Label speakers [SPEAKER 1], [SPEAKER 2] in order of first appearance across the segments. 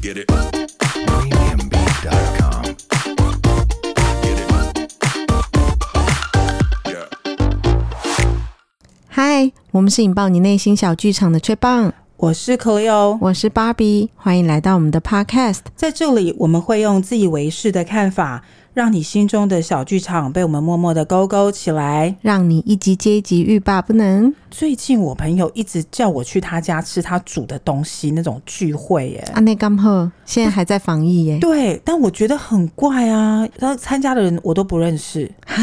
[SPEAKER 1] Get it. Premiumbeat.com. Get it. Yeah.
[SPEAKER 2] 嗨，我们是引爆你内心小剧场的最棒，
[SPEAKER 3] 我是 Cleo，
[SPEAKER 2] 我是芭比，欢迎来到我们的 Podcast。
[SPEAKER 3] 在这里我们会用自以为是的看法，让你心中的小剧场被我们默默的勾勾起来。
[SPEAKER 2] 让你一集接一集欲罢不能
[SPEAKER 3] 最近我朋友一直叫我去他家吃他煮的东西，那种聚会耶。
[SPEAKER 2] 啊！那干喝，现在还在防疫 耶？
[SPEAKER 3] 对，但我觉得很怪啊，他参加的人我都不认识，
[SPEAKER 2] 啊，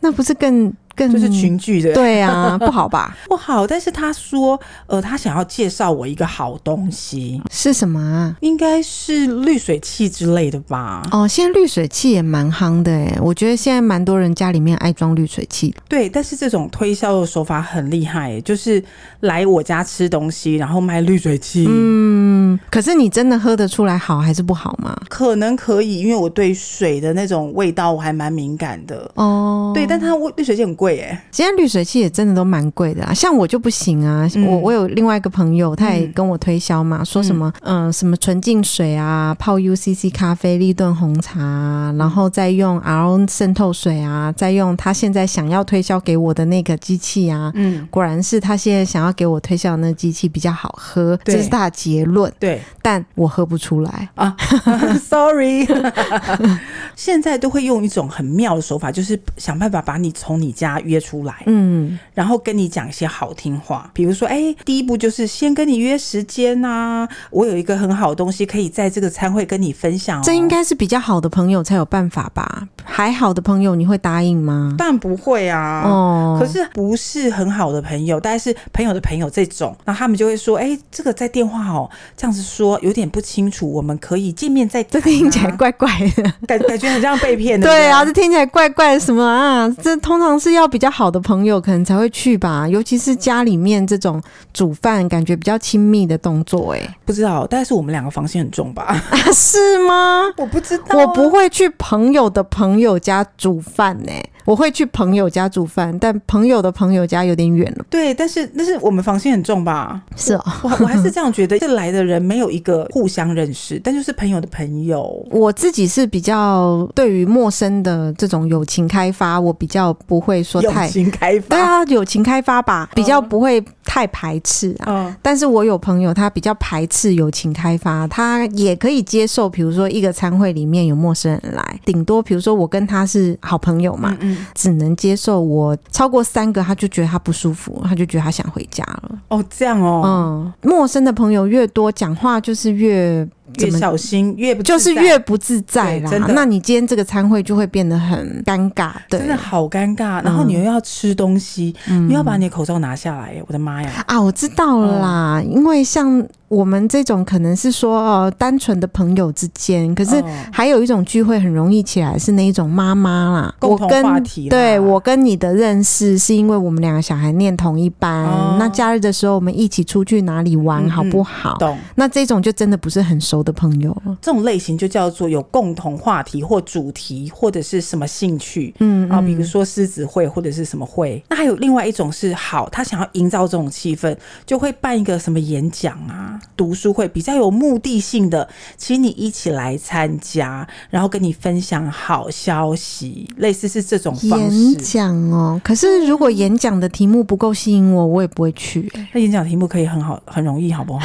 [SPEAKER 2] 那不是更更
[SPEAKER 3] 就是 群聚的。
[SPEAKER 2] 嗯对啊，不好 吧？
[SPEAKER 3] 不好，但是他说，呃，他想要介绍我一个好东西，
[SPEAKER 2] 是什么啊？
[SPEAKER 3] 应该是滤水器之类的吧？
[SPEAKER 2] 哦，现在滤水器也蛮夯的哎，我觉得现在蛮多人家里面爱装滤水器。
[SPEAKER 3] 对，但是这种推销的手法很厉害耶，就是来我家吃东西，然后卖滤水器。
[SPEAKER 2] 嗯，可是你真的喝得出来好还是不好吗？
[SPEAKER 3] 可能可以，因为我对水的那种味道我还蛮敏感的。
[SPEAKER 2] 哦，
[SPEAKER 3] 对，但它味滤水器很贵欸耶。
[SPEAKER 2] 现在滤水器也真的都蛮贵的啦，像我就不行啊。
[SPEAKER 3] 嗯
[SPEAKER 2] 我我有另外一个朋友，他也跟我推销嘛，说什么嗯、呃什么纯净水啊，泡 UCC 咖啡、立顿红茶
[SPEAKER 3] 嗯
[SPEAKER 2] 啊，然后再用 RO 渗透水啊，再用他现在想要推销给我的那个机器啊。
[SPEAKER 3] 嗯，
[SPEAKER 2] 果然是他现在想要给我推销的那个机器比较好喝，
[SPEAKER 3] 对
[SPEAKER 2] 这是他的结论，
[SPEAKER 3] 对
[SPEAKER 2] 但我喝不出来。
[SPEAKER 3] 啊 ，sorry。现在都会用一种很妙的手法，就是想办法把你从你家约出来，
[SPEAKER 2] 嗯，
[SPEAKER 3] 然后跟你讲一些好听话，比如说，哎，第一步就是先跟你约时间呐、我有一个很好的东西可以在这个餐会跟你分享、哦。
[SPEAKER 2] 这应该是比较好的朋友才有办法吧？还好的朋友你会答应吗？
[SPEAKER 3] 但不会啊。
[SPEAKER 2] 哦，
[SPEAKER 3] 可是不是很好的朋友，但是朋友的朋友这种，那他们就会说：“哎、这个在电话哦，这样子说有点不清楚，我们可以见面再、啊。”
[SPEAKER 2] 这 听起来怪怪 的。
[SPEAKER 3] 感感觉很像被骗 的。
[SPEAKER 2] 对啊，
[SPEAKER 3] 不
[SPEAKER 2] 这听起来怪怪的什么啊？这通常是要比较好的朋友可能才会去吧，尤其是家里面这种煮饭感觉比较亲密的动作、欸，
[SPEAKER 3] 不知道，但是我们两个防线很重吧？
[SPEAKER 2] 哎、啊， 是吗？
[SPEAKER 3] 我不知 道
[SPEAKER 2] 我不会去朋友的朋友家煮饭呢、我会去朋友家煮饭，但朋友的朋友家有点远了。
[SPEAKER 3] 对，但是但是我们防线很 重吧？
[SPEAKER 2] 是哦，
[SPEAKER 3] 我我还是这样觉得，这来的人没有一个互相认识，但就是朋友的朋友。
[SPEAKER 2] 我自己是比较对于陌生的这种友情开发，我比较不会说
[SPEAKER 3] 友
[SPEAKER 2] 太
[SPEAKER 3] 情开发，
[SPEAKER 2] 对啊，友情开发吧，比较不会太排斥啊。
[SPEAKER 3] 嗯，
[SPEAKER 2] 但是我有朋友，他比较排斥友情开发，他也可以接受，比如说一个餐会里面有陌生人来，顶多比如说我跟他是好朋友嘛，
[SPEAKER 3] 嗯嗯，
[SPEAKER 2] 只能接受我超过三个，他就觉得他不舒服，他就觉得他想回家了。
[SPEAKER 3] 哦，这样哦，
[SPEAKER 2] 嗯，陌生的朋友越多，讲话就是越怎
[SPEAKER 3] 越
[SPEAKER 2] 么
[SPEAKER 3] 小心越不自
[SPEAKER 2] 就是
[SPEAKER 3] 在
[SPEAKER 2] 越不自在啦
[SPEAKER 3] 对真。的
[SPEAKER 2] 那你今天这个餐会就会变得很尴尬，对嗯
[SPEAKER 3] 真的好尴尬。然后你又要吃东西，你又要把你的口罩拿下来，我的妈呀！
[SPEAKER 2] 啊，我知道了
[SPEAKER 3] 哦
[SPEAKER 2] 啦，因为像我们这种可能是说呃单纯的朋友之间，可是
[SPEAKER 3] 哦
[SPEAKER 2] 还有一种聚会很容易起来是那一种妈妈啦，
[SPEAKER 3] 共
[SPEAKER 2] 我
[SPEAKER 3] 同
[SPEAKER 2] 跟
[SPEAKER 3] 话题啦
[SPEAKER 2] 对我跟你的认识是因为我们两个小孩念同一班，
[SPEAKER 3] 哦
[SPEAKER 2] 那假日的时候我们一起出去哪里玩
[SPEAKER 3] 嗯
[SPEAKER 2] 好不好？
[SPEAKER 3] 懂
[SPEAKER 2] 那这种就真的不是很熟的朋友了，
[SPEAKER 3] 这种类型就叫做有共同话题或主题或者是什么兴趣。
[SPEAKER 2] 嗯
[SPEAKER 3] 啊，比如说狮子会或者是什么会，那还有另外一种是好，他想要营造这种气氛，就会办一个什么演讲啊、读书会，比较有目的性的，请你一起来参加，然后跟你分享好消息，类似是这种方
[SPEAKER 2] 演
[SPEAKER 3] 式。
[SPEAKER 2] 讲哦，可是如果演讲的题目不够吸引我，我也不会去、欸
[SPEAKER 3] 那演讲题目可以很好，很容易，好不好？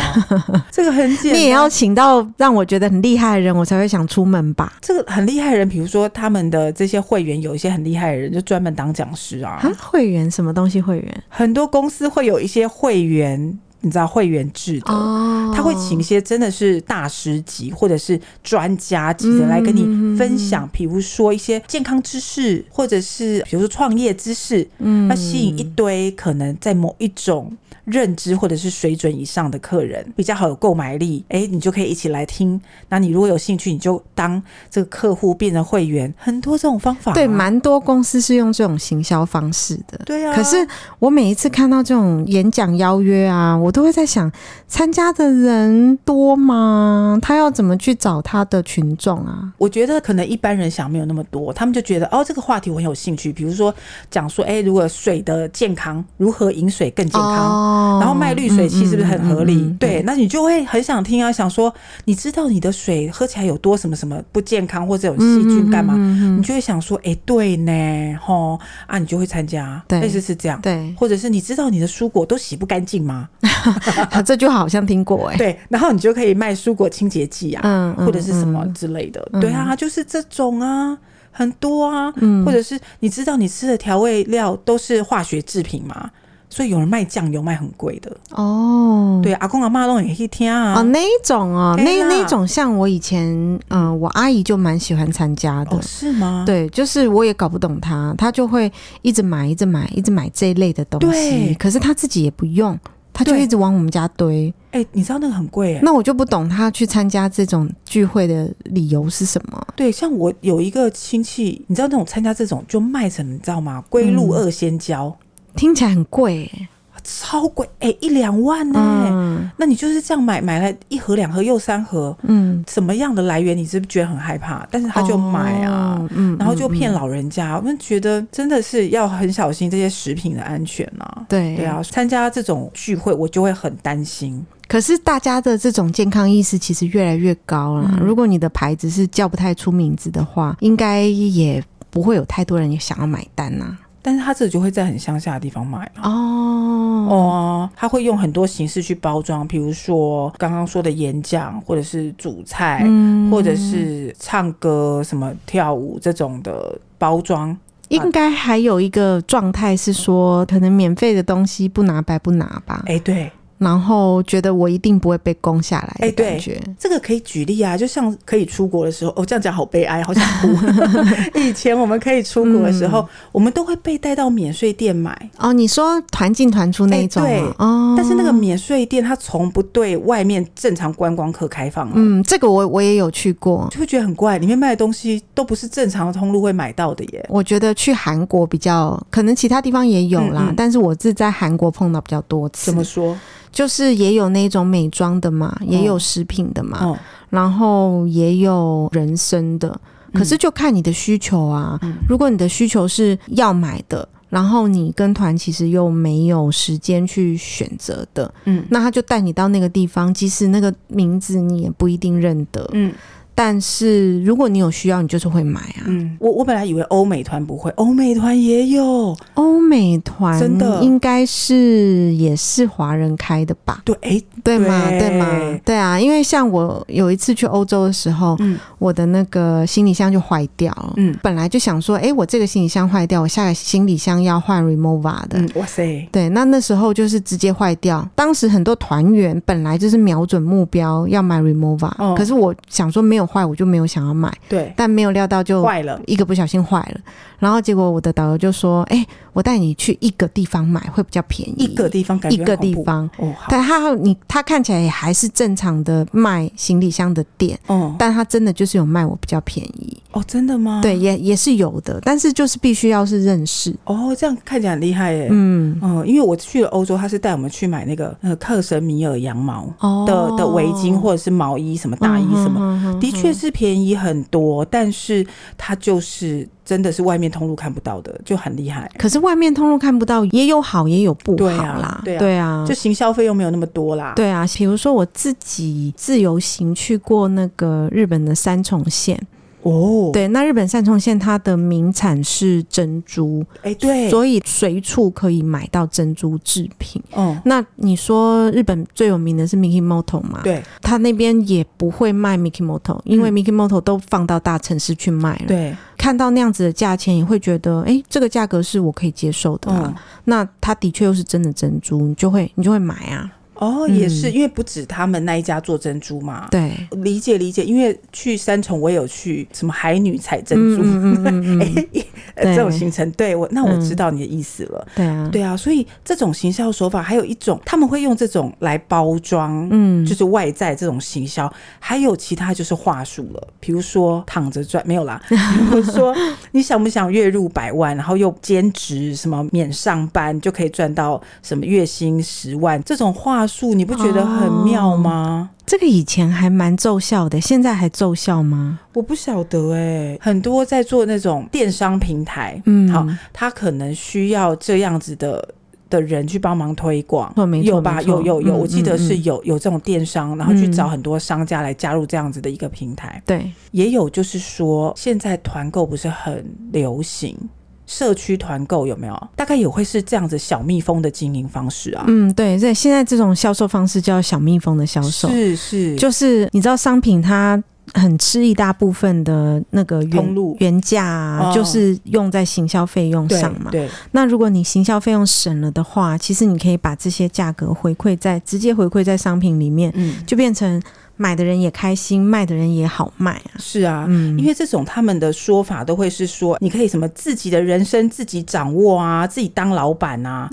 [SPEAKER 3] 这个很简单，
[SPEAKER 2] 你也要请到让我觉得很厉害的人，我才会想出门吧。
[SPEAKER 3] 这个很厉害的人，比如说他们的这些会员，有一些很厉害的人就专门当讲师啊
[SPEAKER 2] 啊，，会员什么东西会员？
[SPEAKER 3] 很多公司会有一些会员，你知道会员制的。
[SPEAKER 2] 哦
[SPEAKER 3] 他会请一些真的是大师级或者是专家级的
[SPEAKER 2] 嗯
[SPEAKER 3] 来跟你分享，比如说一些健康知识，或者是比如说创业知识，
[SPEAKER 2] 嗯
[SPEAKER 3] 那吸引一堆可能在某一种认知或者是水准以上的客人，比较好有购买力，哎，你就可以一起来听。那你如果有兴趣，你就当这个客户变成会员，很多这种方法、
[SPEAKER 2] 对，？蛮多公司是用这种行销方式的。
[SPEAKER 3] 对啊。
[SPEAKER 2] 可是我每一次看到这种演讲邀约啊，我都会在想，参加的人多吗？他要怎么去找他的群众啊？
[SPEAKER 3] 我觉得可能一般人想没有那么多，他们就觉得哦，这个话题我很有兴趣。比如说讲说，哎，如果水的健康，如何饮水更健康，
[SPEAKER 2] 哦
[SPEAKER 3] 然后卖绿水器是不是很合理？
[SPEAKER 2] 嗯嗯嗯嗯
[SPEAKER 3] 对，那你就会很想听啊，想说你知道你的水喝起来有多什么什么不健康，或者有细菌干嘛？
[SPEAKER 2] 嗯
[SPEAKER 3] 你就会想说，哎，对呢，吼啊，你就会参加，
[SPEAKER 2] 对
[SPEAKER 3] 类似是这样。
[SPEAKER 2] 对，
[SPEAKER 3] 或者是你知道你的蔬果都洗不干净吗？
[SPEAKER 2] 这句话好像听过哎、
[SPEAKER 3] 对，然后你就可以卖蔬果清洁剂啊，
[SPEAKER 2] 嗯，嗯
[SPEAKER 3] 或者是什么之类的。对啊，就是这种啊，很多啊，
[SPEAKER 2] 嗯
[SPEAKER 3] 或者是你知道你吃的调味料都是化学制品吗？所以有人卖酱油卖很贵的，
[SPEAKER 2] 哦，
[SPEAKER 3] 对，阿公阿妈都也可以听啊。
[SPEAKER 2] 哦，那一种哦，
[SPEAKER 3] 嘿
[SPEAKER 2] 那
[SPEAKER 3] 啦
[SPEAKER 2] 那一种像我以前，嗯、我阿姨就蛮喜欢参加的。
[SPEAKER 3] 哦，是吗？
[SPEAKER 2] 对，就是我也搞不懂她，她就会一直买，一直买，一直买这一类的东
[SPEAKER 3] 对
[SPEAKER 2] 西。可是她自己也不用，她就
[SPEAKER 3] 对
[SPEAKER 2] 一直往我们家堆。
[SPEAKER 3] 哎、你知道那个很贵哎、
[SPEAKER 2] 那我就不懂她去参加这种聚会的理由是什么。
[SPEAKER 3] 对，像我有一个亲戚，你知道那种参加这种就卖成，你知道吗？龟鹿二仙胶、
[SPEAKER 2] 听起来很贵、欸，
[SPEAKER 3] 超贵，哎、一两万呢、
[SPEAKER 2] 嗯
[SPEAKER 3] 那你就是这样买，买了一盒、两盒又三盒，
[SPEAKER 2] 嗯，
[SPEAKER 3] 什么样的来源，你是不是觉得很害怕？但是他就买啊，
[SPEAKER 2] 哦，嗯，
[SPEAKER 3] 然后就
[SPEAKER 2] 嗯嗯
[SPEAKER 3] 骗老人家。我们觉得真的是要很小心这些食品的安全啊。
[SPEAKER 2] 对
[SPEAKER 3] 对啊，参加这种聚会我就会很担心。
[SPEAKER 2] 可是大家的这种健康意识其实越来越高
[SPEAKER 3] 嗯
[SPEAKER 2] 了。如果你的牌子是叫不太出名字的话，应该也不会有太多人想要买单啊呐、
[SPEAKER 3] 但是他这就会在很乡下的地方买啊。
[SPEAKER 2] 哦，
[SPEAKER 3] 哦，他会用很多形式去包装，比如说刚刚说的演讲，或者是主菜，
[SPEAKER 2] 嗯
[SPEAKER 3] 或者是唱歌、什么跳舞这种的包装。
[SPEAKER 2] 应该还有一个状态是说，可能免费的东西不拿白不拿吧，
[SPEAKER 3] 哎、对，
[SPEAKER 2] 然后觉得我一定不会被攻下来
[SPEAKER 3] 哎
[SPEAKER 2] 的
[SPEAKER 3] 对
[SPEAKER 2] 感觉。
[SPEAKER 3] 这个可以举例啊，就像可以出国的时候，哦，这样讲好悲哀，好想 哭。以前我们可以出国的时候，
[SPEAKER 2] 嗯
[SPEAKER 3] 我们都会被带到免税店买，
[SPEAKER 2] 哦，你说团进团出那一种、啊
[SPEAKER 3] 哎对
[SPEAKER 2] 哦，
[SPEAKER 3] 但是那个免税店它从不对外面正常观光客开放、嗯，
[SPEAKER 2] 嗯，这个我我也有去过。
[SPEAKER 3] 就会觉得很怪，里面卖的东西都不是正常的通路会买到的耶。
[SPEAKER 2] 我觉得去韩国比较，可能其他地方也有啦，
[SPEAKER 3] 嗯嗯
[SPEAKER 2] 但是我是在韩国碰到比较多次。
[SPEAKER 3] 怎么说？
[SPEAKER 2] 就是也有那种美妆的嘛，也有食品的嘛，
[SPEAKER 3] 哦，
[SPEAKER 2] 然后也有人参的。可是就看你的需求啊，如果你的需求是要买的。然后你跟团其实又没有时间去选择的，
[SPEAKER 3] 嗯
[SPEAKER 2] 那他就带你到那个地方，即使那个名字你也不一定认得，
[SPEAKER 3] 嗯
[SPEAKER 2] 但是如果你有需要，你就是会买啊。
[SPEAKER 3] 嗯，我我本来以为欧美团不会，欧美团也有。
[SPEAKER 2] 欧美团
[SPEAKER 3] 真的
[SPEAKER 2] 应该是也是华人开的吧？
[SPEAKER 3] 对，哎、
[SPEAKER 2] 对吗？
[SPEAKER 3] 对
[SPEAKER 2] 对吗？对啊，因为像我有一次去欧洲的时候，
[SPEAKER 3] 嗯
[SPEAKER 2] 我的那个行李箱就坏掉了。
[SPEAKER 3] 嗯
[SPEAKER 2] 本来就想说，诶，我这个行李箱坏掉，我下个行李箱要换 Remova 的。
[SPEAKER 3] 嗯，哇塞，
[SPEAKER 2] 对，那那时候就是直接坏掉。当时很多团员本来就是瞄准目标要买 Remova，、
[SPEAKER 3] 哦
[SPEAKER 2] 可是我想说没有坏，我就没有想要买，
[SPEAKER 3] 对，
[SPEAKER 2] 但没有料到就
[SPEAKER 3] 坏了，
[SPEAKER 2] 一个不小心坏了。然后结果我的导游就说：“诶，我带你去一个地方买会比较便宜，
[SPEAKER 3] 一个地方感觉
[SPEAKER 2] 一个
[SPEAKER 3] 很恐
[SPEAKER 2] 地
[SPEAKER 3] 怖
[SPEAKER 2] 方。”
[SPEAKER 3] 哦，好，
[SPEAKER 2] 但他你他看起来也还是正常的卖行李箱的店，
[SPEAKER 3] 哦
[SPEAKER 2] 但他真的就是有卖我比较便宜，
[SPEAKER 3] 哦，真的吗？
[SPEAKER 2] 对，也也是有的，但是就是必须要是认识，
[SPEAKER 3] 哦，这样看起来很厉害耶。嗯
[SPEAKER 2] 嗯，
[SPEAKER 3] 因为我去了欧洲，他是带我们去买那个呃克什米尔羊毛
[SPEAKER 2] 哦嗯
[SPEAKER 3] 的的围巾或者是毛衣什么大衣什么，
[SPEAKER 2] 么
[SPEAKER 3] 的确是便宜很多，但是它就是真的是外面通路看不到的，就很厉害。
[SPEAKER 2] 可是外面通路看不到，也有好也有不
[SPEAKER 3] 对
[SPEAKER 2] 好
[SPEAKER 3] 啊
[SPEAKER 2] 啦，
[SPEAKER 3] 对啊
[SPEAKER 2] 对啊
[SPEAKER 3] 就。行销费又没有那么多啦。，
[SPEAKER 2] 对啊，比如说我自己自由行去过那个日本的三重县，
[SPEAKER 3] 哦，，
[SPEAKER 2] 对，那日本三重县它的名产是珍珠，
[SPEAKER 3] 哎、对，
[SPEAKER 2] 所以随处可以买到珍珠制品。
[SPEAKER 3] 嗯，
[SPEAKER 2] 那你说日本最有名的是 Mickey Moto 嘛？，
[SPEAKER 3] 对
[SPEAKER 2] 他那边也不会卖 Mickey Moto，因为
[SPEAKER 3] 嗯
[SPEAKER 2] Mickey Moto 都放到大城市去卖了。，
[SPEAKER 3] 对，
[SPEAKER 2] 看到那样子的价钱，也会觉得，哎、这个价格是我可以接受的、啊。
[SPEAKER 3] 嗯，
[SPEAKER 2] 那它的确又是真的珍珠，你就会你就会买啊。
[SPEAKER 3] 哦，也是，因为不止他们那一家做珍珠嘛。
[SPEAKER 2] 对，
[SPEAKER 3] 理解理解，因为去三重我也有去什么海女采珍珠，
[SPEAKER 2] 嗯嗯嗯嗯嗯
[SPEAKER 3] 哎 这种行程，对嗯我那我知道你的意思了。
[SPEAKER 2] 对啊，
[SPEAKER 3] 对啊，所以这种行销手法，还有一种他们会用这种来包装，
[SPEAKER 2] 嗯
[SPEAKER 3] 就是外在这种行销，还有其他就是话术了，比如说躺着赚没有啦， 比如说你想不想月入百万，然后又兼职什么免上班就可以赚到什么月薪十万，这种话术你不觉得很妙吗？
[SPEAKER 2] 这个以前还蛮奏效的，现在还奏效吗？
[SPEAKER 3] 我不晓得哎、很多在做那种电商平台，
[SPEAKER 2] 嗯，
[SPEAKER 3] 好，他可能需要这样子的的人去帮忙推广
[SPEAKER 2] 错哦没，错
[SPEAKER 3] 有吧？
[SPEAKER 2] 没错
[SPEAKER 3] 有有有，
[SPEAKER 2] 嗯
[SPEAKER 3] 我记得
[SPEAKER 2] 嗯
[SPEAKER 3] 是有有这种电商，然后去
[SPEAKER 2] 嗯
[SPEAKER 3] 找很多商家来加入这样子的一个平台。
[SPEAKER 2] 对，
[SPEAKER 3] 也有就是说，现在团购不是很流行，社区团购有没有？大概也会是这样子小蜜蜂的经营方式啊。
[SPEAKER 2] 嗯，对，这现在这种销售方式叫小蜜蜂的销售，
[SPEAKER 3] 是是，
[SPEAKER 2] 就是你知道商品它很吃一大部分的那个
[SPEAKER 3] 通
[SPEAKER 2] 原
[SPEAKER 3] 路
[SPEAKER 2] 原价、啊，
[SPEAKER 3] 哦
[SPEAKER 2] 就是用在行销费用
[SPEAKER 3] 对
[SPEAKER 2] 上嘛。
[SPEAKER 3] 对，
[SPEAKER 2] 那如果你行销费用省了的话，其实你可以把这些价格回馈在直接回馈在商品里面，
[SPEAKER 3] 嗯，
[SPEAKER 2] 就变成买的人也开心，卖的人也好卖啊。
[SPEAKER 3] 是啊。
[SPEAKER 2] 嗯，
[SPEAKER 3] 因为这种他们的说法都会是说，你可以什么自己的人生自己掌 握啊，自己当老板啊，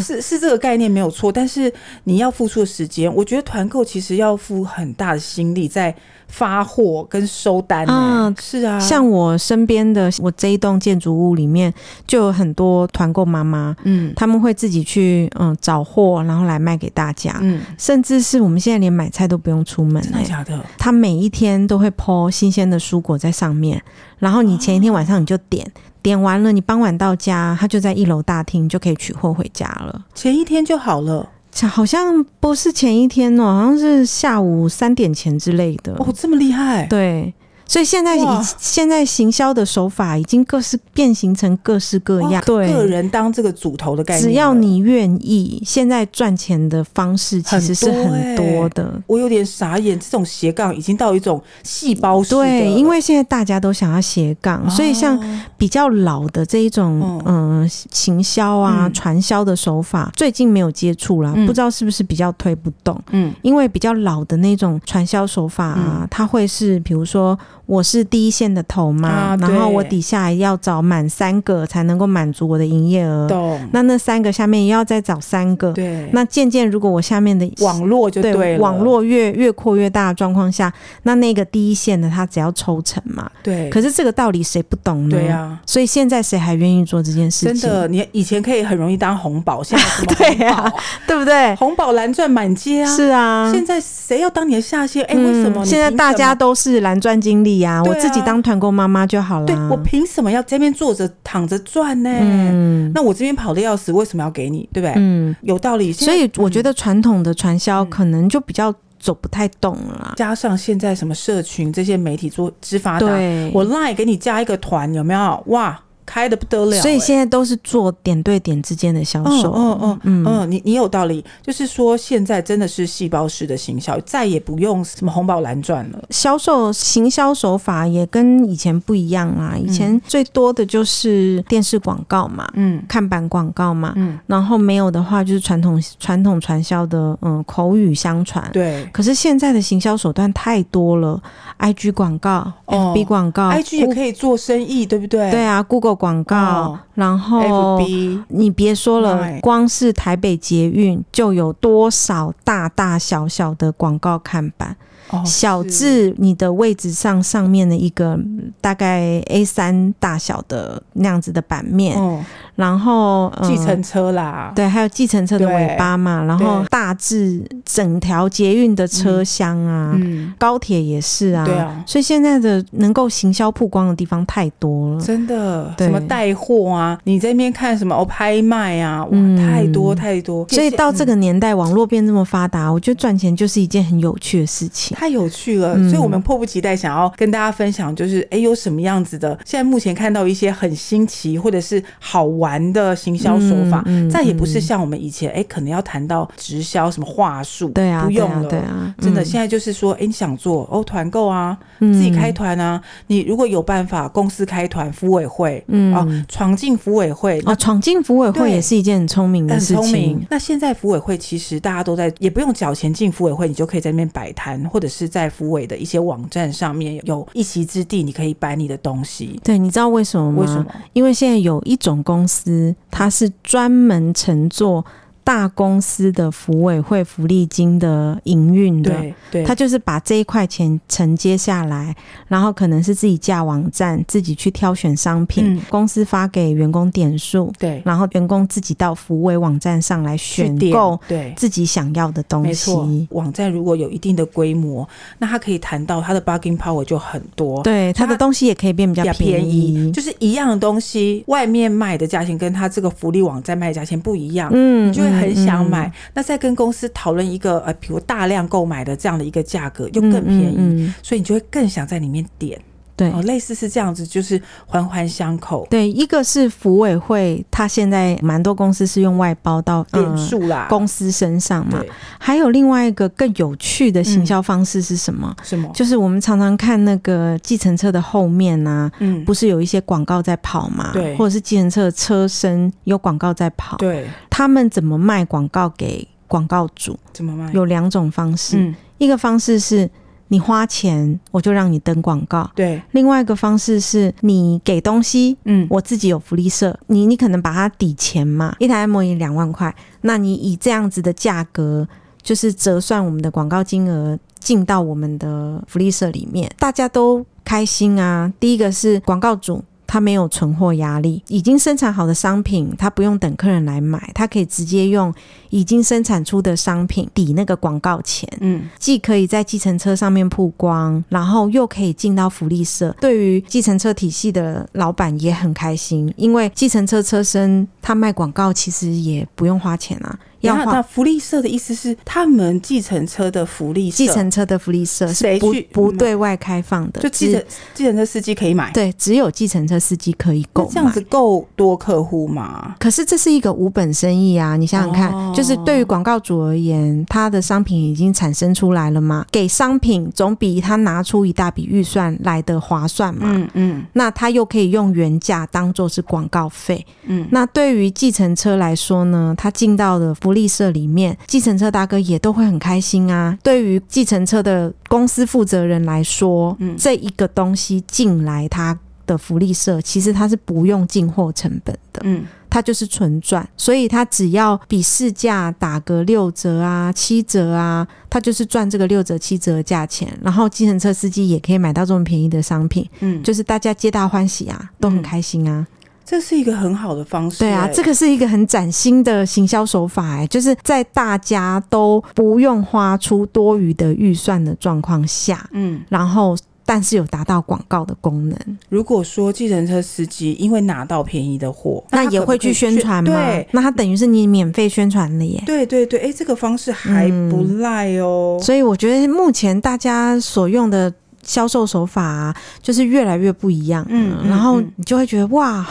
[SPEAKER 3] 是是这个概念没有错。但是你要付出的时间，我觉得团购其实要付很大的心力在发货跟收单、欸。
[SPEAKER 2] 啊
[SPEAKER 3] 是啊，
[SPEAKER 2] 像我身边的我这一栋建筑物里面，就有很多团购妈妈，
[SPEAKER 3] 嗯
[SPEAKER 2] 他们会自己去嗯找货，然后来卖给大家。
[SPEAKER 3] 嗯，
[SPEAKER 2] 甚至是我们现在连买菜都不用出门、
[SPEAKER 3] 真的
[SPEAKER 2] 欸，
[SPEAKER 3] 假的？
[SPEAKER 2] 他每一天都会剖新鲜的蔬果在上面，然后你前一天晚上你就点，点完了你傍晚到家，他就在一楼大厅就可以取货回家了。
[SPEAKER 3] 前一天就好了
[SPEAKER 2] 好像不是前一天哦，好像是下午三点前之类的。
[SPEAKER 3] 哦，这么厉害。
[SPEAKER 2] 对，所以现在已
[SPEAKER 3] 哇
[SPEAKER 2] 现在行销的手法已经各式变形成各式各
[SPEAKER 3] 哇
[SPEAKER 2] 样。
[SPEAKER 3] 个
[SPEAKER 2] 对，
[SPEAKER 3] 人当这个主头的概念，
[SPEAKER 2] 只要。你愿意，现在赚钱的方式其实是
[SPEAKER 3] 很
[SPEAKER 2] 很
[SPEAKER 3] 多欸
[SPEAKER 2] 多的。
[SPEAKER 3] 我有点傻眼，这种斜杠已经到一种细胞式的
[SPEAKER 2] 对，因为现在大家都想要斜杠，所以像
[SPEAKER 3] 哦
[SPEAKER 2] 比较老的这一种嗯、呃行销啊、
[SPEAKER 3] 嗯
[SPEAKER 2] 传销的手法，最近没有接触啦，
[SPEAKER 3] 嗯
[SPEAKER 2] 不知道是不是比较推不动。
[SPEAKER 3] 嗯
[SPEAKER 2] 因为比较老的那种传销手法啊，它会是比如说我是第一线的头嘛，
[SPEAKER 3] 啊
[SPEAKER 2] 然后
[SPEAKER 3] 对
[SPEAKER 2] 我底下要找满三个才能够满足我的营业额，
[SPEAKER 3] 懂
[SPEAKER 2] 那那三个下面也要再找三个，
[SPEAKER 3] 对
[SPEAKER 2] 那渐渐如果我下面的
[SPEAKER 3] 网络就
[SPEAKER 2] 对
[SPEAKER 3] 对了
[SPEAKER 2] 网络越越扩越大的状况下，那那个第一线的他只要抽成嘛。
[SPEAKER 3] 对，
[SPEAKER 2] 可是这个道理谁不懂呢？
[SPEAKER 3] 对啊。
[SPEAKER 2] 所以现在谁还愿意做这件事
[SPEAKER 3] 真
[SPEAKER 2] 情？
[SPEAKER 3] 的，，你以前可以很容易当红宝，现在什么
[SPEAKER 2] 对
[SPEAKER 3] 红
[SPEAKER 2] 啊
[SPEAKER 3] 宝，
[SPEAKER 2] 对不对？
[SPEAKER 3] 红宝蓝钻满街啊！
[SPEAKER 2] 是啊。
[SPEAKER 3] 现在谁要当你的下线？哎，
[SPEAKER 2] 嗯
[SPEAKER 3] 为什么你凭什么？
[SPEAKER 2] 现在大家都是蓝钻经理呀、啊？
[SPEAKER 3] 对啊
[SPEAKER 2] 我自己当团购妈妈就好了。
[SPEAKER 3] 对我凭什么要这边坐着躺着赚呢？
[SPEAKER 2] 嗯
[SPEAKER 3] 那我这边跑的要死，为什么要给你？对不对？
[SPEAKER 2] 嗯，
[SPEAKER 3] 有道理。现
[SPEAKER 2] 所
[SPEAKER 3] 在
[SPEAKER 2] 以我觉得传统的传销可能就比较走不太动了啦。
[SPEAKER 3] 加上现在什么社群这些媒体做之嗯发达，
[SPEAKER 2] 对，
[SPEAKER 3] 我 line 给你加一个团，有没有？哇，开的不得了、
[SPEAKER 2] 所以
[SPEAKER 3] 哎
[SPEAKER 2] 现在都是做点对点之间的销售。
[SPEAKER 3] 嗯嗯
[SPEAKER 2] 嗯
[SPEAKER 3] 嗯嗯，你你有道理，就是说现在真的是细胞式的行销，再也不用什么红宝蓝钻了。
[SPEAKER 2] 销售行销手法也跟以前不一样啦，以前最多的就是电视广告嘛，
[SPEAKER 3] 嗯
[SPEAKER 2] 看板广告嘛，
[SPEAKER 3] 嗯，
[SPEAKER 2] 然后没有的话就是传统传统传销的嗯口语相传。
[SPEAKER 3] 对。
[SPEAKER 2] 可是现在的行销手段太多了，IG 广告、
[SPEAKER 3] 哦
[SPEAKER 2] FB 广告
[SPEAKER 3] I G 也可以做生意，对不对？
[SPEAKER 2] 啊对啊，Google 广告，
[SPEAKER 3] 哦
[SPEAKER 2] 然后
[SPEAKER 3] ，F。B
[SPEAKER 2] 你别说了，
[SPEAKER 3] Line
[SPEAKER 2] 光是台北捷运就有多少大大小小的广告看板，
[SPEAKER 3] 哦
[SPEAKER 2] 小
[SPEAKER 3] 是
[SPEAKER 2] 至你的位置上上面的一个嗯大概 A 三大小的那样子的版面，
[SPEAKER 3] 哦，
[SPEAKER 2] 然后、呃
[SPEAKER 3] 计程车啦，
[SPEAKER 2] 对，还有计程车的
[SPEAKER 3] 对
[SPEAKER 2] 尾巴嘛，然后
[SPEAKER 3] 对
[SPEAKER 2] 大致整条捷运的车厢啊，
[SPEAKER 3] 嗯，
[SPEAKER 2] 高铁也是啊，
[SPEAKER 3] 对啊
[SPEAKER 2] 所以现在的能够行销曝光的地方太多了。
[SPEAKER 3] 真的，
[SPEAKER 2] 嗯对
[SPEAKER 3] 什么带货啊，你这边看什么哦，拍卖啊，哇，
[SPEAKER 2] 嗯
[SPEAKER 3] 太多太多，
[SPEAKER 2] 所以到这
[SPEAKER 3] 个。
[SPEAKER 2] 个年代，网络变这么发达，我觉得赚钱就是一件很有趣的事情。
[SPEAKER 3] 太有趣了，
[SPEAKER 2] 嗯
[SPEAKER 3] 所以我们迫不及待想要跟大家分享，就是哎，诶有什么样子的？现在目前看到一些很新奇或者是好玩的行销手法，
[SPEAKER 2] 嗯嗯
[SPEAKER 3] 再也不是像我们以前哎、可能要谈到直销什么话术，
[SPEAKER 2] 对啊，
[SPEAKER 3] 不用了，
[SPEAKER 2] 对啊，对啊
[SPEAKER 3] 真的，
[SPEAKER 2] 嗯
[SPEAKER 3] 现在就是说，哎、你想做哦，团购啊，自己开团啊，你如果有办法，公司开团，服委会，嗯，哦，闯进服委会，
[SPEAKER 2] 哦，闯进服委会
[SPEAKER 3] 对
[SPEAKER 2] 也是一件很聪明的嗯
[SPEAKER 3] 很
[SPEAKER 2] 事
[SPEAKER 3] 聪明
[SPEAKER 2] 情。。
[SPEAKER 3] 那现在服委会其实大家都在，也不用缴钱进服委会，你就可以在那边摆摊，或者是在服委的一些网站上面有一席之地，你可以摆你的东西。
[SPEAKER 2] 对，你知道为什么吗？
[SPEAKER 3] 为什么？
[SPEAKER 2] 因为现在有一种公司，它是专门乘坐大公司的服委会福利金的营运的。
[SPEAKER 3] 对对，
[SPEAKER 2] 它就是把这一块钱承接下来，然后可能是自己架网站，自己去挑选商品，
[SPEAKER 3] 嗯
[SPEAKER 2] 公司发给员工点数，
[SPEAKER 3] 对
[SPEAKER 2] 然后员工自己到服委网站上来
[SPEAKER 3] 去
[SPEAKER 2] 选
[SPEAKER 3] 点
[SPEAKER 2] 购
[SPEAKER 3] 对。
[SPEAKER 2] 自己想要的东
[SPEAKER 3] 没错
[SPEAKER 2] 西，。
[SPEAKER 3] 网站如果有一定的规模，那它可以谈到它的 bargaining power 就很多。
[SPEAKER 2] 对，它的
[SPEAKER 3] 它
[SPEAKER 2] 东西也可以变比较
[SPEAKER 3] 比较便宜，
[SPEAKER 2] 宜。
[SPEAKER 3] 就是一样的东西，外面卖的价钱跟它这个福利网站卖的价钱不一样，
[SPEAKER 2] 嗯，
[SPEAKER 3] 你就会很想买。
[SPEAKER 2] 嗯，
[SPEAKER 3] 那再跟公司讨论一个呃，比如大量购买的这样的一个价格，又
[SPEAKER 2] 嗯
[SPEAKER 3] 更便宜，
[SPEAKER 2] 嗯嗯嗯
[SPEAKER 3] 所以你就会更想在里面点。
[SPEAKER 2] 对
[SPEAKER 3] 哦，类似是这样子，就是环环相扣，
[SPEAKER 2] 对，一个是服委会，它现在蛮多公司是用外包到
[SPEAKER 3] 点
[SPEAKER 2] 呃、
[SPEAKER 3] 数啦，
[SPEAKER 2] 公司身上嘛
[SPEAKER 3] 嗯对。嗯
[SPEAKER 2] 还有另外一个更有趣的行销方式是什么？
[SPEAKER 3] 什么？
[SPEAKER 2] 就是我们常常看那个计程车的后面啊，
[SPEAKER 3] 嗯，
[SPEAKER 2] 不是有一些广告在跑嘛？
[SPEAKER 3] 对
[SPEAKER 2] 或者是计程车的车身有广告在跑，
[SPEAKER 3] 对，
[SPEAKER 2] 他们怎么卖广告给广告主？
[SPEAKER 3] 怎么卖？
[SPEAKER 2] 有两种方式，
[SPEAKER 3] 嗯，
[SPEAKER 2] 一个方式是你花钱，我就让你登广告；
[SPEAKER 3] 对，
[SPEAKER 2] 另外一个方式是你给东西，
[SPEAKER 3] 嗯，
[SPEAKER 2] 我自己有福利社，你你可能把它抵钱嘛，一台按摩椅两万块，那你以这样子的价格，就是折算我们的广告金额进到我们的福利社里面，大家都开心啊。第一个是广告主。他没有存货压力，已经生产好的商品，他不用等客人来买，他可以直接用已经生产出的商品抵那个广告钱。
[SPEAKER 3] 嗯，
[SPEAKER 2] 既可以在计程车上面曝光，然后又可以进到福利社，对于计程车体系的老板也很开心，因为计程车车身他卖广告其实也不用花钱啊，要
[SPEAKER 3] 那
[SPEAKER 2] 花
[SPEAKER 3] 那福利社的意思是他们计程车的福利社，
[SPEAKER 2] 计程车的福利社是
[SPEAKER 3] 谁
[SPEAKER 2] 不
[SPEAKER 3] 去
[SPEAKER 2] 不
[SPEAKER 3] 买
[SPEAKER 2] 对外开放的，
[SPEAKER 3] 就计
[SPEAKER 2] 只
[SPEAKER 3] 程计程车司机可以买，
[SPEAKER 2] 对只有计程车司机可以
[SPEAKER 3] 那
[SPEAKER 2] 购
[SPEAKER 3] 这样
[SPEAKER 2] 买
[SPEAKER 3] 子。够多客户吗？
[SPEAKER 2] 可是这是一个无本生意啊！你想想看，
[SPEAKER 3] 哦
[SPEAKER 2] 就是对于广告主而言，他的商品已经产生出来了嘛，给商品总比他拿出一大笔预算来的划算嘛。
[SPEAKER 3] 嗯嗯
[SPEAKER 2] 那他又可以用原价当做是广告费。
[SPEAKER 3] 嗯，
[SPEAKER 2] 那对于计程车来说呢，他进到了福利社里面，计程车大哥也都会很开心啊。对于计程车的公司负责人来说，
[SPEAKER 3] 嗯
[SPEAKER 2] 这一个东西进来他。的福利社其实他是不用进货成本的，
[SPEAKER 3] 嗯，
[SPEAKER 2] 他就是纯赚，所以他只要比市价打个六折啊、七折啊，他就是赚这个六折、七折的价钱。然后计程车司机也可以买到这么便宜的商品，
[SPEAKER 3] 嗯，
[SPEAKER 2] 就是大家皆大欢喜啊，都很开心啊。
[SPEAKER 3] 这嗯是一个很好的方式、
[SPEAKER 2] 对啊，
[SPEAKER 3] 欸
[SPEAKER 2] 这个是一个很崭新的行销手法、哎，就是在大家都不用花出多余的预算的状况下，
[SPEAKER 3] 嗯，
[SPEAKER 2] 然后但是有达到广告的功能，
[SPEAKER 3] 如果说计程车司机因为拿到便宜的货，
[SPEAKER 2] 那
[SPEAKER 3] 他
[SPEAKER 2] 也
[SPEAKER 3] 可不
[SPEAKER 2] 会
[SPEAKER 3] 可以
[SPEAKER 2] 去宣传嘛。
[SPEAKER 3] 对，
[SPEAKER 2] 那它等于是你免费宣传了耶。
[SPEAKER 3] 对对对，哎、这个方式还不赖哦、
[SPEAKER 2] 所以我觉得目前大家所用的销售手法、啊、就是越来越不一样了，
[SPEAKER 3] 嗯嗯
[SPEAKER 2] 然后
[SPEAKER 3] 嗯
[SPEAKER 2] 你就会觉得哇，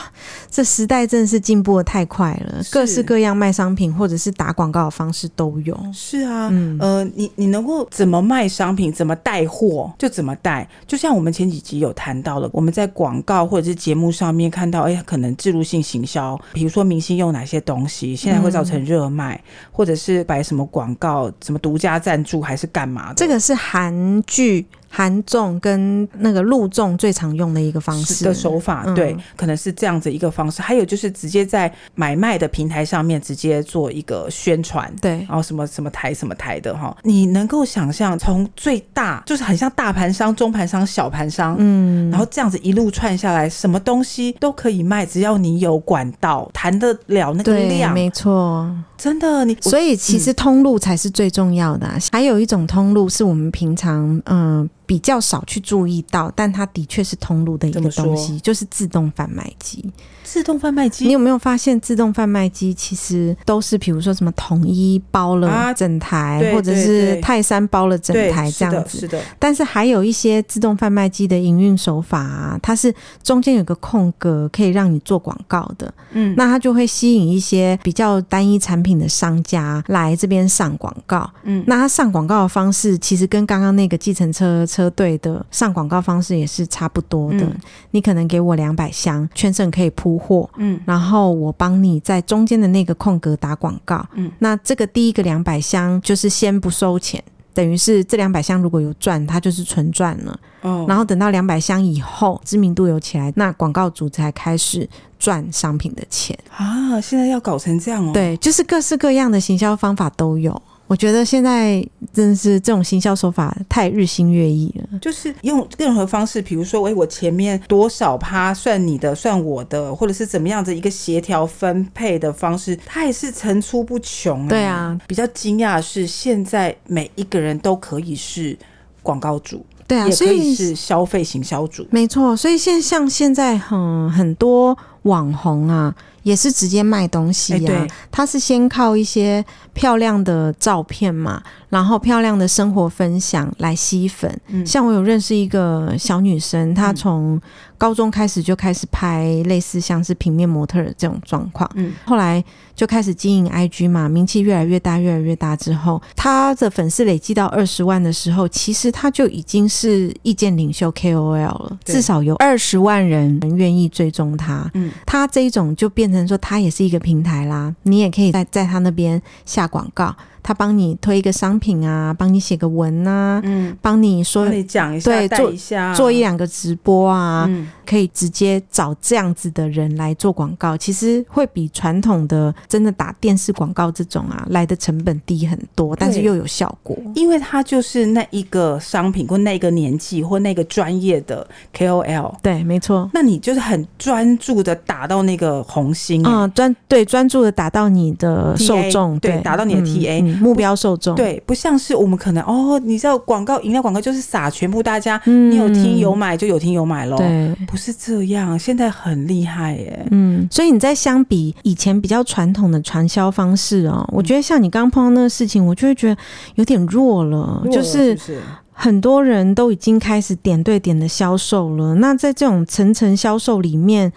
[SPEAKER 2] 这时代真的是进步的太快了，
[SPEAKER 3] 是
[SPEAKER 2] 各式各样卖商品或者是打广告的方式都有。
[SPEAKER 3] 是啊，
[SPEAKER 2] 嗯
[SPEAKER 3] 呃，你你能够怎么卖商品，怎么带货就怎么带。就像我们前几集有谈到了，我们在广告或者是节目上面看到，哎、可能植入性行销，比如说明星用哪些东西，现在会造
[SPEAKER 2] 嗯
[SPEAKER 3] 成热卖，或者是摆什么广告，什么独家赞助还是干嘛的。
[SPEAKER 2] 这个是韩剧韩综跟那个陆综最常用的一个方式
[SPEAKER 3] 的手法，
[SPEAKER 2] 嗯
[SPEAKER 3] 对，可能是这样子一个方式。还有就是直接在买卖的平台上面直接做一个宣传。
[SPEAKER 2] 对，
[SPEAKER 3] 然后什么什么台什么台的哈，你能够想象从最大就是很像大盘商、中盘商、小盘商，
[SPEAKER 2] 嗯，
[SPEAKER 3] 然后这样子一路串下来，什么东西都可以卖，只要你有管道，谈得了那个
[SPEAKER 2] 对，
[SPEAKER 3] 量，
[SPEAKER 2] 没错。
[SPEAKER 3] 真的你
[SPEAKER 2] 所以其实通路才是最重要的啊、还有一种通路是我们平常嗯、呃比较少去注意到，但它的确是通路的一
[SPEAKER 3] 怎
[SPEAKER 2] 个
[SPEAKER 3] 么说
[SPEAKER 2] 东西，就是自动贩卖机。
[SPEAKER 3] 自动贩卖
[SPEAKER 2] 你
[SPEAKER 3] 机
[SPEAKER 2] 有没有发现，自动贩卖机其实都是，比如说什么统一包了
[SPEAKER 3] 啊
[SPEAKER 2] 整台，
[SPEAKER 3] 对
[SPEAKER 2] 或者
[SPEAKER 3] 对
[SPEAKER 2] 是
[SPEAKER 3] 对
[SPEAKER 2] 泰山包了整
[SPEAKER 3] 对
[SPEAKER 2] 台
[SPEAKER 3] 是
[SPEAKER 2] 这样
[SPEAKER 3] 的
[SPEAKER 2] 子。
[SPEAKER 3] 是的，
[SPEAKER 2] 但是还有一些自动贩卖机的营运手法、啊，它是中间有个空格可以让你做广告的，
[SPEAKER 3] 嗯，
[SPEAKER 2] 那它就会吸引一些比较单一产品的商家来这边上广告。
[SPEAKER 3] 嗯
[SPEAKER 2] 那它上广告的方式其实跟刚刚那个计程车车队的上广告方式也是差不多的。
[SPEAKER 3] 嗯
[SPEAKER 2] 你可能给我两百箱，全省可以铺货，
[SPEAKER 3] 嗯
[SPEAKER 2] 然后我帮你在中间的那个空格打广告。
[SPEAKER 3] 嗯
[SPEAKER 2] 那这个第一个两百箱就是先不收钱。等于是这两百箱如果有赚，它就是纯赚了。
[SPEAKER 3] 哦，
[SPEAKER 2] 然后等到两百箱以后，知名度有起来，那广告主才开始赚商品的钱。
[SPEAKER 3] 啊，现在要搞成这样哦，，
[SPEAKER 2] 对，就是各式各样的行销方法都有。我觉得现在真的是这种行销手法太日新月异了。
[SPEAKER 3] 就是用任何方式，比如说，哎，我前面多少趴算你的，算我的，或者是怎么样的一个协调分配的方式，它也是层出不穷、
[SPEAKER 2] 对啊，
[SPEAKER 3] 比较惊讶的是，现在每一个人都可以是广告主，
[SPEAKER 2] 对啊，
[SPEAKER 3] 也
[SPEAKER 2] 所
[SPEAKER 3] 可以
[SPEAKER 2] 以
[SPEAKER 3] 是消费行销主。
[SPEAKER 2] 没错，所以现像现在很很多网红啊，也是啊直接卖东西
[SPEAKER 3] 哎
[SPEAKER 2] 呀、
[SPEAKER 3] 对
[SPEAKER 2] 他是先靠一些漂亮的照片嘛，然后漂亮的生活分享来吸粉。
[SPEAKER 3] 嗯
[SPEAKER 2] 像我有认识一个小女生，她从高中开始就开始拍类似像是平面模特儿这种状况，
[SPEAKER 3] 嗯
[SPEAKER 2] 后来就开始经营 IG 嘛，名气越来越大，越来越大之后，她的粉丝累积到二十万的时候，其实她就已经是意见领袖 KOL 了，
[SPEAKER 3] 对
[SPEAKER 2] 至少有二十万人愿意追踪她。
[SPEAKER 3] 嗯，
[SPEAKER 2] 他这一种就变成说，他也是一个平台啦，你也可以在在他那边下广告，他帮你推一个商品啊，帮你写个文啊，
[SPEAKER 3] 嗯，
[SPEAKER 2] 帮你说
[SPEAKER 3] 帮你讲一
[SPEAKER 2] 对
[SPEAKER 3] 下，带
[SPEAKER 2] 做
[SPEAKER 3] 一下，
[SPEAKER 2] 做一两个直播啊，
[SPEAKER 3] 嗯，
[SPEAKER 2] 可以直接找这样子的人来做广告，其实会比传统的真的打电视广告这种啊来的成本低很多，但是又有效果。
[SPEAKER 3] 因为它就是那一个商品或那一个年纪或那个专业的 KOL，
[SPEAKER 2] 对，没错。
[SPEAKER 3] 那你就是很专注的打到那个红心、欸
[SPEAKER 2] 嗯，专对专注的打到你的
[SPEAKER 3] TA
[SPEAKER 2] 受众，
[SPEAKER 3] 对打到你的
[SPEAKER 2] 嗯
[SPEAKER 3] TA
[SPEAKER 2] 嗯目标受众，
[SPEAKER 3] 对，不像是我们可能哦，你知道广告饮料广告就是撒全部大家，
[SPEAKER 2] 嗯，
[SPEAKER 3] 你有听有买就有听有买喽，
[SPEAKER 2] 对，
[SPEAKER 3] 不是这样，现在很厉害耶、
[SPEAKER 2] 嗯，所以你在相比以前比较传统的传销方式哦，我觉得像你刚刚碰到那个事情，我就会觉得有点弱了，
[SPEAKER 3] 弱
[SPEAKER 2] 就
[SPEAKER 3] 了
[SPEAKER 2] 是
[SPEAKER 3] 不嗯是
[SPEAKER 2] 很多人都已经开始点对点的销售了。那在这种层层销售里面，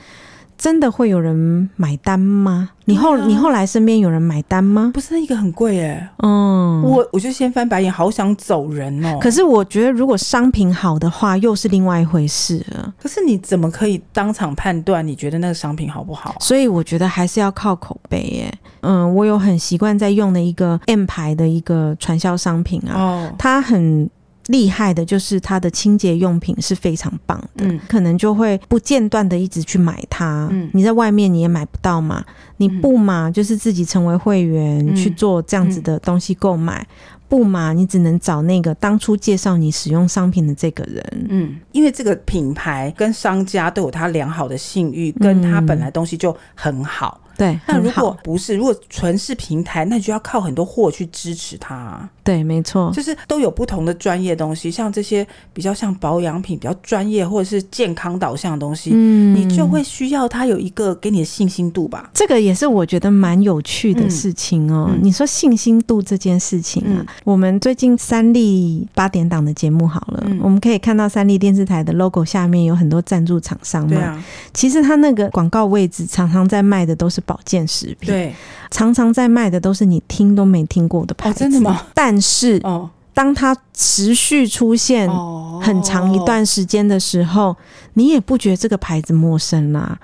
[SPEAKER 2] 真的会有人买单吗？你后、
[SPEAKER 3] 对啊
[SPEAKER 2] 你后来身边有人买单吗？
[SPEAKER 3] 不是那一个很贵耶、
[SPEAKER 2] 嗯，
[SPEAKER 3] 我我就先翻白眼，好想走人哦。
[SPEAKER 2] 可是我觉得如果商品好的话，又是另外一回事了。
[SPEAKER 3] 可是你怎么可以当场判断你觉得那个商品好不好啊？
[SPEAKER 2] 所以我觉得还是要靠口碑耶。嗯，我有很习惯在用的一个 M 牌的一个传销商品啊，
[SPEAKER 3] 哦，
[SPEAKER 2] 它很厉害的，就是它的清洁用品是非常棒的，
[SPEAKER 3] 嗯
[SPEAKER 2] 可能就会不间断的一直去买它。
[SPEAKER 3] 嗯
[SPEAKER 2] 你在外面你也买不到嘛，你
[SPEAKER 3] 嗯
[SPEAKER 2] 不嘛就是自己成为会员、
[SPEAKER 3] 嗯
[SPEAKER 2] 去做这样子的东西购买，不嘛你只能找那个当初介绍你使用商品的这个人。
[SPEAKER 3] 嗯，因为这个品牌跟商家都有它良好的信誉，跟它
[SPEAKER 2] 嗯
[SPEAKER 3] 本来东西就很好。
[SPEAKER 2] 对，
[SPEAKER 3] 那
[SPEAKER 2] 很
[SPEAKER 3] 如
[SPEAKER 2] 好
[SPEAKER 3] 果不是，如果纯是平台，那你就要靠很多货去支持它啊、
[SPEAKER 2] 对，没错，
[SPEAKER 3] 就是都有不同的专业东西，像这些比较像保养品、比较专业或者是健康导向的东西，
[SPEAKER 2] 嗯
[SPEAKER 3] 你就会需要它有一个给你的信心度吧。
[SPEAKER 2] 这个也是我觉得蛮有趣的事情哦。
[SPEAKER 3] 嗯嗯
[SPEAKER 2] 你说信心度这件事情啊，
[SPEAKER 3] 嗯
[SPEAKER 2] 我们最近三立八点档的节目好了，
[SPEAKER 3] 嗯
[SPEAKER 2] 我们可以看到三立电视台的 logo 下面有很多赞助厂商
[SPEAKER 3] 对
[SPEAKER 2] 嘛。
[SPEAKER 3] 啊，
[SPEAKER 2] 其实它那个广告位置常常在卖的都是保健食品，
[SPEAKER 3] 对，
[SPEAKER 2] 常常在卖的都是你听都没听过的牌
[SPEAKER 3] 哦，
[SPEAKER 2] 子。
[SPEAKER 3] 真的？吗？
[SPEAKER 2] 但是
[SPEAKER 3] 哦
[SPEAKER 2] 当它持续出现
[SPEAKER 3] 哦，
[SPEAKER 2] 很长一，段时间的时候，你也不觉得这个牌子陌生啦、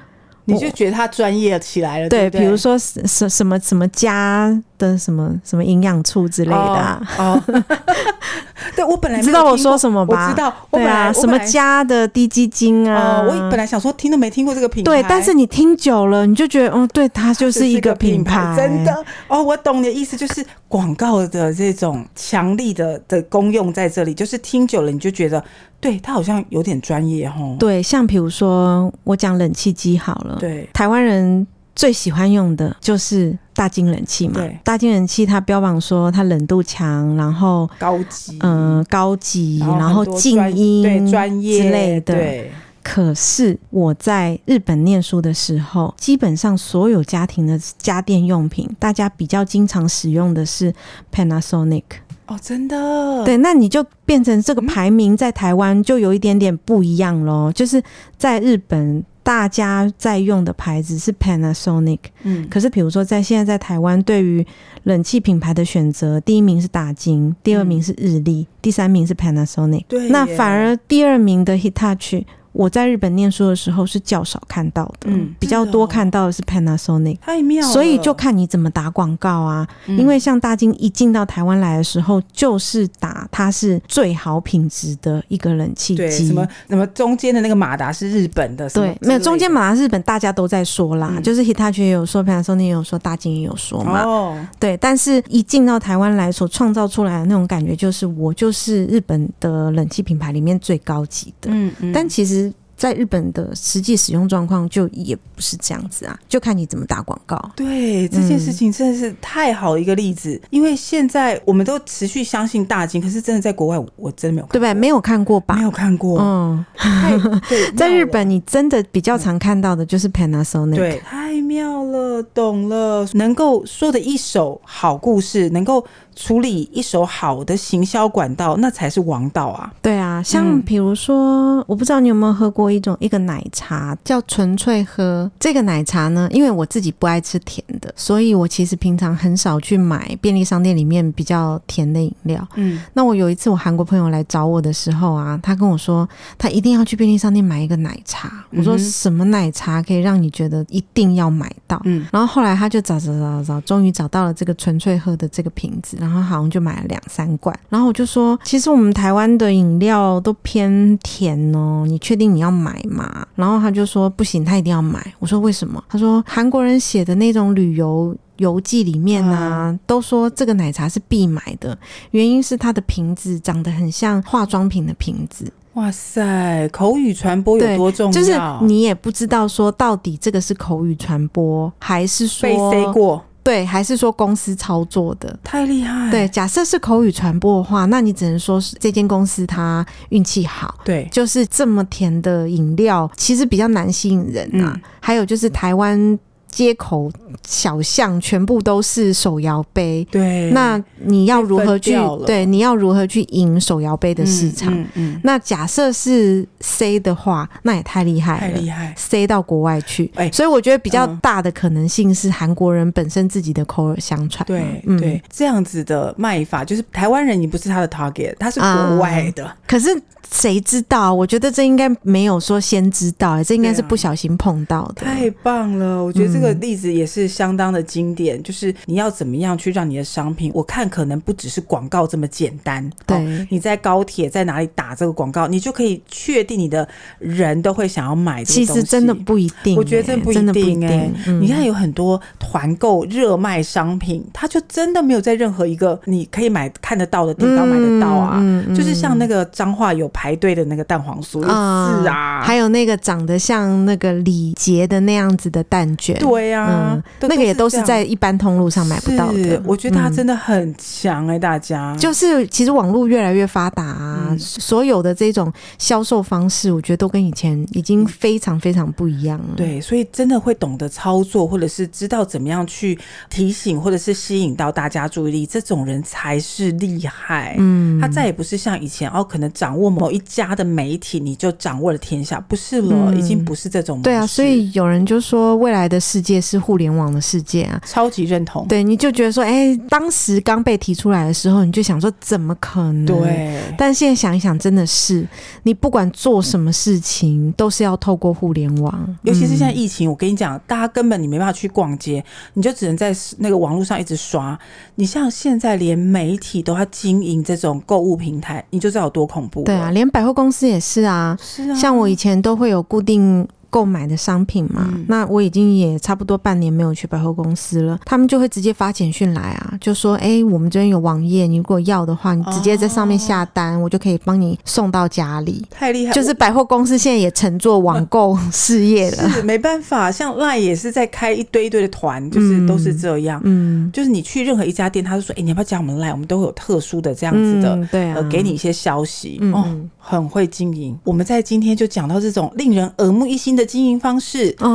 [SPEAKER 3] 你就觉得它专业起来了。
[SPEAKER 2] 对，
[SPEAKER 3] 不
[SPEAKER 2] 比如说什什什么什么家的什么什么营养处之类的、啊，
[SPEAKER 3] 哦，哦 对我本来
[SPEAKER 2] 你
[SPEAKER 3] 没有
[SPEAKER 2] 知道我
[SPEAKER 3] 听过
[SPEAKER 2] 说什么吧？
[SPEAKER 3] 我知道，我
[SPEAKER 2] 对
[SPEAKER 3] 本来、
[SPEAKER 2] 啊，
[SPEAKER 3] 我
[SPEAKER 2] 什
[SPEAKER 3] 本
[SPEAKER 2] 么
[SPEAKER 3] 来
[SPEAKER 2] 家的低基金啊，
[SPEAKER 3] 哦，我本来想说听都没听过这个品牌，
[SPEAKER 2] 对，但是你听久了，你就觉得，嗯，对，它就是
[SPEAKER 3] 这是
[SPEAKER 2] 一
[SPEAKER 3] 个
[SPEAKER 2] 品
[SPEAKER 3] 牌，真。的哦，我懂你的意思，就是广告的这种强力的的功用在这里，就是听久了你就觉得，对它好像有点专业哦，
[SPEAKER 2] 对，像比如说我讲冷气机好了，
[SPEAKER 3] 对
[SPEAKER 2] 台湾人。最喜欢用的就是大金冷气嘛
[SPEAKER 3] 对。
[SPEAKER 2] 大金冷气它标榜说它冷度强，然后
[SPEAKER 3] 高级，
[SPEAKER 2] 嗯、呃高级，
[SPEAKER 3] 然后
[SPEAKER 2] 然
[SPEAKER 3] 很
[SPEAKER 2] 后
[SPEAKER 3] 多
[SPEAKER 2] 静
[SPEAKER 3] 专
[SPEAKER 2] 音
[SPEAKER 3] 对专业
[SPEAKER 2] 之类的。
[SPEAKER 3] 对，
[SPEAKER 2] 可是我在日本念书的时候，基本上所有家庭的家电用品，大家比较经常使用的是 Panasonic。
[SPEAKER 3] 哦，真的，
[SPEAKER 2] 对，那你就变成这个排名在台湾就有一点点不一样
[SPEAKER 3] 嗯
[SPEAKER 2] 咯，就是在日本。大家在用的牌子是 Panasonic，
[SPEAKER 3] 嗯，
[SPEAKER 2] 可是比如说在现在在台湾，对于冷气品牌的选择，第一名是大金，第二名是日立，第三名是 Panasonic。
[SPEAKER 3] 嗯对耶
[SPEAKER 2] 那反而第二名的 Hitachi，我在日本念书的时候是较少看到的，
[SPEAKER 3] 嗯
[SPEAKER 2] 比较
[SPEAKER 3] 真的
[SPEAKER 2] 多
[SPEAKER 3] 哦
[SPEAKER 2] 看到的是 Panasonic。
[SPEAKER 3] 太妙了，
[SPEAKER 2] 所以就看你怎么打广告啊，
[SPEAKER 3] 嗯
[SPEAKER 2] 因为像大金一进到台湾来的时候，就是打它是最好品质的一个冷气
[SPEAKER 3] 对
[SPEAKER 2] 机
[SPEAKER 3] 什。么什么中间的那个马达是日本的，什么
[SPEAKER 2] 对，没有
[SPEAKER 3] 之类的
[SPEAKER 2] 中间马达日本大家都在说啦，
[SPEAKER 3] 嗯
[SPEAKER 2] 就是 Hitachi 也有说，Panasonic 也有说，大金也有说嘛。
[SPEAKER 3] 哦，
[SPEAKER 2] 对，但是一进到台湾来所创造出来的那种感觉，就是我就是日本的冷气品牌里面最高级的。
[SPEAKER 3] 嗯嗯
[SPEAKER 2] 但其实，在日本的实际使用状况就也不是这样子啊，就看你怎么打广告。
[SPEAKER 3] 对这件事
[SPEAKER 2] 嗯
[SPEAKER 3] 情真的是太好一个例子，因为现在我们都持续相信大金，可是真的在国外我我真的没有看
[SPEAKER 2] 对不对？没有看过吧
[SPEAKER 3] 嗯没？有看过，
[SPEAKER 2] 嗯，
[SPEAKER 3] 太对，
[SPEAKER 2] 在
[SPEAKER 3] 妙
[SPEAKER 2] 日
[SPEAKER 3] 了
[SPEAKER 2] 本你真的比较常看到的就是 Panasonic。
[SPEAKER 3] 嗯对，太妙了，懂了，能够说的一手好故事，能够处理一手好的行销管道，那才是王道啊！
[SPEAKER 2] 对啊，像
[SPEAKER 3] 嗯
[SPEAKER 2] 比如说，我不知道你有没有喝过一种一个奶茶叫纯粹喝。这个奶茶呢，因为我自己不爱吃甜的，所以我其实平常很少去买便利商店里面比较甜的饮料。
[SPEAKER 3] 嗯，
[SPEAKER 2] 那我有一次我韩国朋友来找我的时候啊，他跟我说他一定要去便利商店买一个奶茶。我说
[SPEAKER 3] 嗯哼
[SPEAKER 2] 什么奶茶可以让你觉得一定要买到？
[SPEAKER 3] 嗯
[SPEAKER 2] 然后后来他就找找找找，终于找到了这个纯粹喝的这个瓶子，然后好像就买了两三罐。然后我就说，其实我们台湾的饮料都偏甜哦，你确定你要买吗？然后他就说不行，他一定要买。我说为什么？他说韩国人写的那种旅游。游记里面啊，都说这个奶茶是必买的，原因是它的瓶子长得很像化妆品的瓶子，
[SPEAKER 3] 哇塞，口语传播
[SPEAKER 2] 对
[SPEAKER 3] 有多重要？
[SPEAKER 2] 就是你也不知道说到底这个是口语传播，还是说
[SPEAKER 3] 被 C 过，
[SPEAKER 2] 对，还是说公司操作的？
[SPEAKER 3] 太厉害！
[SPEAKER 2] 对，假设是口语传播的话，那你只能说是这间公司它运气好，
[SPEAKER 3] 对，
[SPEAKER 2] 就是这么甜的饮料，其实比较难吸引人啊。
[SPEAKER 3] 嗯
[SPEAKER 2] 还有就是台湾街口小巷全部都是手摇杯，
[SPEAKER 3] 对，
[SPEAKER 2] 那你要如何去
[SPEAKER 3] 被分掉了
[SPEAKER 2] 对？你要如何去赢手摇杯的市场？
[SPEAKER 3] 嗯嗯嗯
[SPEAKER 2] 那假设是 C 的话，那也太厉害
[SPEAKER 3] 太
[SPEAKER 2] 了。
[SPEAKER 3] 厉害。
[SPEAKER 2] 塞到国外去，
[SPEAKER 3] 哎
[SPEAKER 2] 所以我觉得比较
[SPEAKER 3] 嗯
[SPEAKER 2] 大的可能性是韩国人本身自己的口耳相传嘛。嗯
[SPEAKER 3] 对对，这样子的卖法就是台湾人，你不是他的 target，他是
[SPEAKER 2] 啊
[SPEAKER 3] 国外的，
[SPEAKER 2] 可是谁知道？我觉得这应该没有说先知道、哎，这应该是
[SPEAKER 3] 对啊
[SPEAKER 2] 不小心碰到的。
[SPEAKER 3] 太棒了！我觉得这个
[SPEAKER 2] 嗯
[SPEAKER 3] 例子也是相当的经典，就是你要怎么样去让你的商品，我看可能不只是广告这么简单。
[SPEAKER 2] 对
[SPEAKER 3] 哦你在高铁在哪里打这个广告，你就可以确定你的人都会想要买这
[SPEAKER 2] 其
[SPEAKER 3] 个东西。
[SPEAKER 2] 实真的不一定、
[SPEAKER 3] 我觉得
[SPEAKER 2] 哎
[SPEAKER 3] 真的不一
[SPEAKER 2] 真的不一
[SPEAKER 3] 定哎
[SPEAKER 2] 定。嗯
[SPEAKER 3] 你看，有很多团购热卖商品，它就真的没有在任何一个你可以买看得到的地方买得到啊。
[SPEAKER 2] 嗯嗯
[SPEAKER 3] 就是像那个彰化有排队的那个蛋黄酥，是啊，
[SPEAKER 2] 还有那个长得像那个李杰的那样子的蛋卷，嗯
[SPEAKER 3] 对啊，
[SPEAKER 2] 那个也都
[SPEAKER 3] 这
[SPEAKER 2] 是
[SPEAKER 3] 样
[SPEAKER 2] 在一般通路上买不到的
[SPEAKER 3] 是。我觉得他
[SPEAKER 2] 嗯
[SPEAKER 3] 真的很强哎、大家
[SPEAKER 2] 就是其实网络越来越发达、啊，
[SPEAKER 3] 嗯
[SPEAKER 2] 所有的这种销售方式，我觉得都跟以前已经非常非常不一样了。
[SPEAKER 3] 对，所以真的会懂得操作，或者是知道怎么样去提醒，或者是吸引到大家注意力，这种人才是厉害。
[SPEAKER 2] 嗯，
[SPEAKER 3] 他再也不是像以前哦，可能掌握某一家的媒体，你就掌握了天下，不是了，
[SPEAKER 2] 嗯
[SPEAKER 3] 已经不是这种模式
[SPEAKER 2] 对啊，所以有人就说未来的世界是互联网的世界啊。
[SPEAKER 3] 超级认同。
[SPEAKER 2] 对，你就觉得说，哎、当时刚被提出来的时候，你就想说，怎么可能？。
[SPEAKER 3] 对
[SPEAKER 2] 但现在想一想，真的是你不管做什么事情，都是要透过互联网，
[SPEAKER 3] 尤其是现在
[SPEAKER 2] 嗯
[SPEAKER 3] 疫情，我跟你讲，大家根本你没办法去逛街，你就只能在那个网络上一直刷。你像现在连媒体都要经营这种购物平台，你就知道有多恐怖。
[SPEAKER 2] 对啊，，连百货公司也是啊。
[SPEAKER 3] 是啊，
[SPEAKER 2] 像我以前都会有固定购买的商品嘛，
[SPEAKER 3] 嗯
[SPEAKER 2] 那我已经也差不多半年没有去百货公司了，他们就会直接发简讯来啊，就说：“哎、我们这边有网页，你如果要的话，你直接在上面下单，我就可以帮你送到家里。”
[SPEAKER 3] 太厉害，
[SPEAKER 2] 就是百货公司现在也乘坐网购事业了，
[SPEAKER 3] 是没办法，像 LINE 也是在开一堆一堆的团，就是都是这样。
[SPEAKER 2] 嗯，
[SPEAKER 3] 就是你去任何一家店，他就说：“哎、你要不要加我们 LINE？我们都会有特殊的这样子的，
[SPEAKER 2] 嗯对啊
[SPEAKER 3] 呃，给你一些消息。
[SPEAKER 2] 嗯
[SPEAKER 3] 哦
[SPEAKER 2] 嗯，
[SPEAKER 3] 很会经营。我们在今天就讲到这种令人耳目一新的经营方式。
[SPEAKER 2] 哦，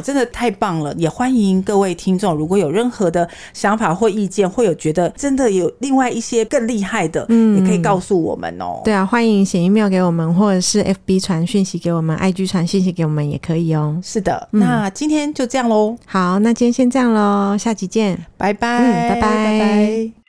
[SPEAKER 3] 哦，真的太棒了！也欢迎各位听众，如果有任何的想法或意见，会有觉得真的有另外一些更厉害的，
[SPEAKER 2] 嗯
[SPEAKER 3] 也可以告诉我们哦。
[SPEAKER 2] 对啊，欢迎写 email 给我们，或者是 FB 传讯息给我们，IG 传讯息给我们也可以哦。
[SPEAKER 3] 是的，那今天就这样喽，
[SPEAKER 2] 好，那今天先这样喽，下集见。
[SPEAKER 3] 拜拜，
[SPEAKER 2] 嗯拜拜
[SPEAKER 3] 拜拜